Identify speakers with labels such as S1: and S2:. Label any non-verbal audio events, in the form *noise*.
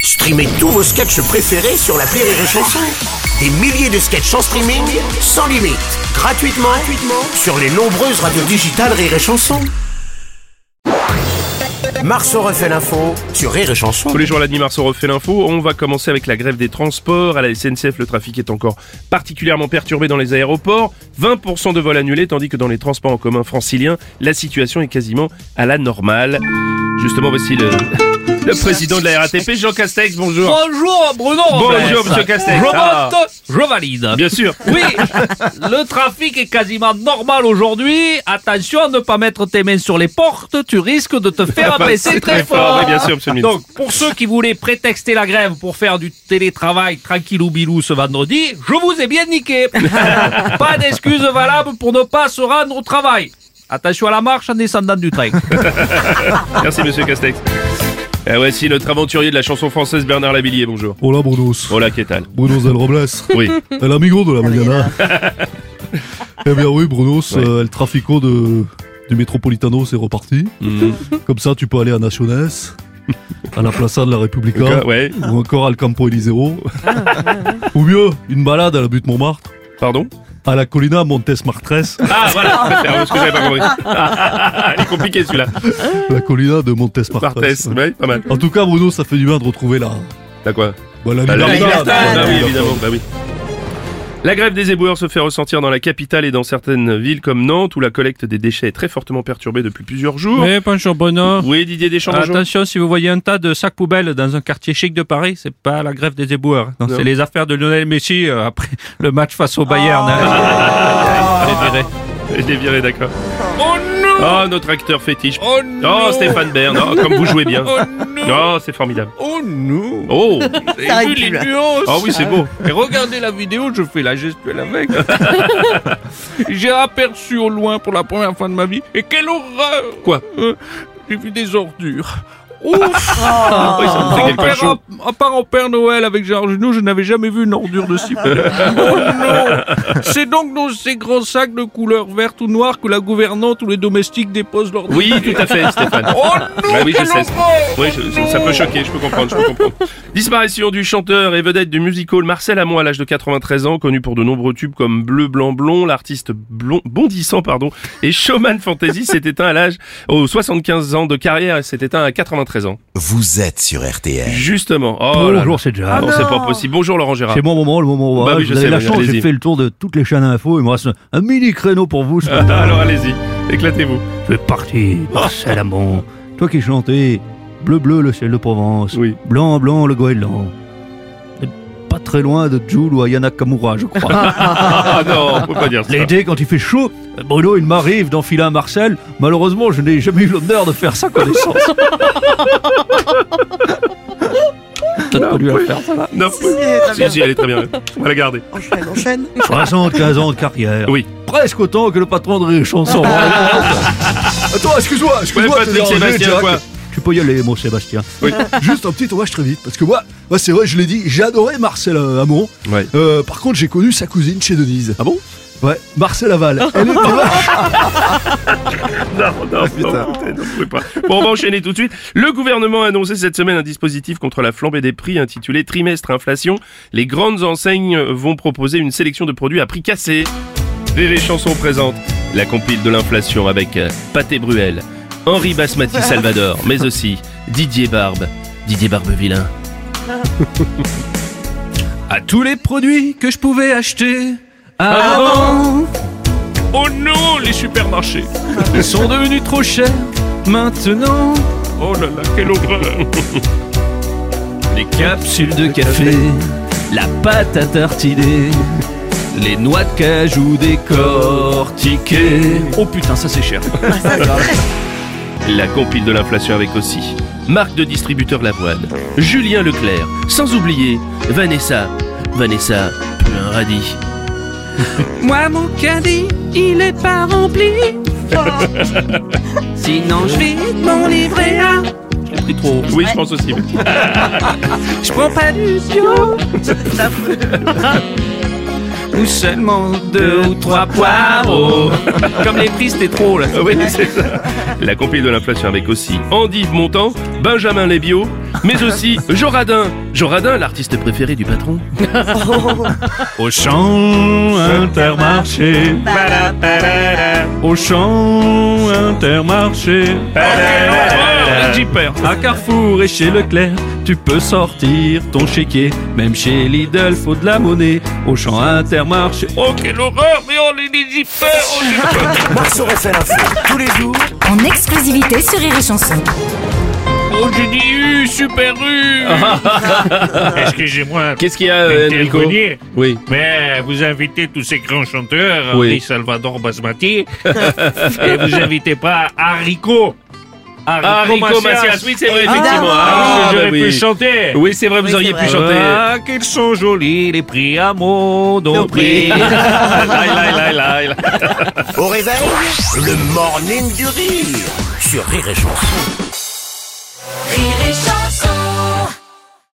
S1: Streamez tous vos sketchs préférés sur la Rire et Chanson. Des milliers de sketchs en streaming, sans limite, gratuitement, gratuitement sur les nombreuses radios digitales Rire et Chanson. Marceau refait l'info sur Rire et Chanson.
S2: Tous les jours, la Marceau refait l'info. On va commencer avec la grève des transports. À la SNCF, le trafic est encore particulièrement perturbé dans les aéroports. 20% de vols annulés, tandis que dans les transports en commun franciliens, la situation est quasiment à la normale. Justement, voici le, *laughs* le président de la RATP, Jean Castex. Bonjour.
S3: Bonjour Bruno
S2: Bonjour,
S3: Robles.
S2: monsieur Castex.
S3: Je
S2: Ah.
S3: vote, je valide.
S2: Bien sûr.
S3: Oui, le trafic est quasiment normal aujourd'hui. Attention à ne pas mettre tes mains sur les portes, tu risques
S2: *laughs*
S3: de te faire
S2: Enfin,
S3: abaisser
S2: Ah, bah, c'est très
S3: très,
S2: fort. Oui, bien sûr, monsieur le ministre.
S3: Donc, pour ceux qui voulaient prétexter la grève pour faire du télétravail tranquille ou bilou ce vendredi, je vous ai bien
S2: *laughs*
S3: niqué. pas d'excuse valable pour ne pas se rendre au travail. Attention à la marche en descendant du train.
S2: Merci, monsieur Castex. Et voici notre aventurier de la chanson française, Bernard Lavillier. Bonjour.
S4: Hola Brunos.
S2: Hola, qu'est-ce que
S4: Brunos del
S2: *laughs*
S4: Robles.
S2: Oui.
S4: El amigo de la mañana. eh bien oui Brunos,
S2: Ouais.
S4: euh, le trafico de, du Metropolitano c'est reparti.
S2: Mhm.
S4: Comme ça tu peux aller à Naciones, à la Plaza de la Repubblica,
S2: Euh, Ouais.
S4: ou encore al Campo Eliseo. ou mieux, une balade à la butte Montmartre,
S2: Pardon
S4: à la Colina Montes Martres,
S2: Ah, voilà. Parce que j'avais pas compris. Il est compliqué, celui-là.
S4: la Colina de Montes Martres.
S2: Barthès. Ouais, pas mal.
S4: En tout cas Bruno, ça fait du bien de retrouver la,
S2: T'as quoi
S4: bah, la
S2: Bah, la
S4: liberté.
S2: libertad, bah oui, évidemment, bah oui. La grève des éboueurs se fait ressentir dans la capitale et dans certaines villes comme Nantes où la collecte des déchets est très fortement perturbée depuis plusieurs jours.
S3: Oui, bonjour Bruno.
S2: Oui, Didier Deschamps, bonjour.
S3: Attention, si vous voyez un tas de sacs poubelles dans un quartier chic de Paris, c'est pas la grève des éboueurs. Non,
S2: Non.
S3: C'est les affaires de Lionel Messi euh, après *laughs* le match face au Bayern.
S2: Ah.
S3: hein. Je dirais.
S2: Je l'ai viré, d'accord. Oh non Oh, notre acteur fétiche. Oh Stéphane Bern, oh, comme vous jouez bien. Oh c'est formidable.
S3: Oh Ah non
S2: Oh
S3: T'as vu les nuances
S2: Oh oui, c'est beau.
S3: Et regardez la vidéo, je fais la gestuelle *laughs* avec. J'ai aperçu au loin pour la première fois de ma vie. Et quelle horreur
S2: Quoi
S3: Euh, J'ai vu des *laughs* ordures. Ouf
S2: Oui, ça me fait
S3: En
S2: quelque
S3: père-
S2: chose.
S3: Ah. à, à part en Père Noël avec Gérard Genoux, je n'avais jamais vu une ordure de si
S2: *laughs*
S3: peu. Oh non C'est donc dans ces grands sacs de couleur verte ou noire que la gouvernante ou les domestiques déposent leur...
S2: Oui, tout à fait, Stéphane.
S3: Oh non
S2: Bah oui, je
S3: quelle
S2: sais.
S3: horreur
S2: Oui, je- je- ça peut choquer, je peux comprendre, je peux comprendre. Disparition du chanteur et vedette du musical Marcel Amont à l'âge de 93 ans, connu pour de nombreux tubes comme Bleu, Blanc, Blond, l'artiste blond- bondissant, pardon, et Showman Fantasy s'est éteint à l'âge, aux 75 ans de carrière, et s'est éteint à 93 ans.
S5: Vous êtes sur RTL.
S2: Justement. Oh là là.
S6: Bonjour, c'est déjà.
S2: Non, c'est pas possible. Bonjour Laurent Gérard.
S6: C'est mon moment, le moment où
S2: Bah
S6: voilà,
S2: oui, je
S6: vous avez
S2: sais,
S6: la
S2: bah,
S6: chance,
S2: allez-y.
S6: j'ai fait le tour de toutes les chaînes à info, il me reste un mini créneau pour vous.
S2: *laughs*
S6: ce
S2: Ah,
S6: matin.
S2: *laughs* Alors allez-y, éclatez-vous.
S6: Je vais partir, Marcel Amont. Toi qui chantais Bleu bleu le ciel de Provence,
S2: Oui.
S6: Blanc blanc le goéland. Et Pas très loin de Jules ou Ayana Kamura, je crois.
S2: Ah non, on peut pas dire ça.
S6: *laughs* L'été, quand il fait chaud, Bruno, il m'arrive d'enfiler un Marcel. Malheureusement, je n'ai jamais eu l'honneur de faire
S2: *laughs*
S6: sa connaissance. Peut-être pas dû
S2: Ah
S6: la faire.
S2: Non. Si, si, elle est très bien. On va la garder.
S6: 75 ans de carrière.
S2: Oui.
S6: Presque autant que le patron de Rire
S2: *laughs*
S6: et Chanson.
S4: Attends, excuse-moi,
S2: Ouais,
S4: excuse-moi,
S2: Patrick
S4: t'es dérangé,
S2: Sébastien,
S4: Jack.
S2: quoi.
S6: Tu peux y aller, mon Sébastien.
S4: *laughs* Juste un petit hommage très vite, parce que moi, moi, c'est vrai, je l'ai dit, j'ai adoré Marcel euh, Hamon.
S2: Ouais.
S4: Euh, par contre, j'ai connu sa cousine chez Denise.
S2: Ah bon
S4: Ouais, Marcel Aval. Elle était vache.
S2: *laughs* Non,
S3: Ah,
S2: non, non, putain, non, je pouvais pas. Bon, on va enchaîner tout de suite. Le gouvernement a annoncé cette semaine un dispositif contre la flambée des prix intitulé Trimestre Inflation. Les grandes enseignes vont proposer une sélection de produits à prix cassé. Rire et chansons présente la compile de l'inflation avec euh, Pathé Bruel, Henri
S3: *laughs*
S2: Basmati Salvador, mais aussi Didier Barbe, Didier Barbevillain.
S3: à tous les produits que je pouvais acheter
S2: Ah
S3: avant. Oh non, les supermarchés, ils sont devenus trop chers maintenant. Oh là là, quelle
S2: *laughs*
S3: horreur. Les capsules de café, la pâte à tartiner, les noix de cajou décortiquées. Oh putain, ça c'est cher.
S2: La compile de l'inflation avec aussi marque de distributeur Lavoine, Julien Leclerc, sans oublier Vanessa, Vanessa, plus un radis.
S7: Moi mon caddie, il est pas rempli. Sinon je vide mon livret A.
S3: J'ai pris trop.
S2: Oui, je pense
S7: *laughs*
S2: aussi.
S7: Je prends pas du bio. ou seulement deux ou trois poireaux. Comme les prix, c'était trop là.
S2: Ah Oui, c'est ça. La compil de l'inflation avec aussi Andive Montand, Benjamin Lébio, mais aussi Joradin. Joradin, l'artiste préféré du patron.
S6: Au champ intermarché. Au champ intermarché.
S2: Ah, Jeeper.
S6: À Carrefour et chez Leclerc, tu peux sortir ton chéquier. Même chez Lidl, faut de la monnaie. Au champ intermarché.
S2: Oh, quelle horreur, mais on est des jeepers, on
S1: *laughs*
S2: est-
S1: Marceau refait l'info tous les jours
S8: En exclusivité sur Rire et Chanson.
S7: Oh, j'ai dit U, super U.
S9: Excusez-moi,
S2: Qu'est-ce qu'il y a, euh, Enrico
S9: intervenir,
S2: Oui.
S9: mais vous invitez tous ces grands chanteurs,
S2: Oui.
S9: Henri Salvador Basmati, *laughs* et vous invitez pas Haricot.
S2: Ah, Enrico Macias, oui, c'est vrai, effectivement.
S9: Ah,
S2: Ah,
S9: j'aurais
S2: bah
S9: pu
S2: oui.
S9: chanter.
S2: Oui, c'est vrai, vous auriez pu chanter.
S9: Ah, qu'ils sont jolis, les prix à mon nom *laughs* prix.
S1: Au réveil, le morning du rire sur Rire et Chanson.
S8: Rire et Chanson.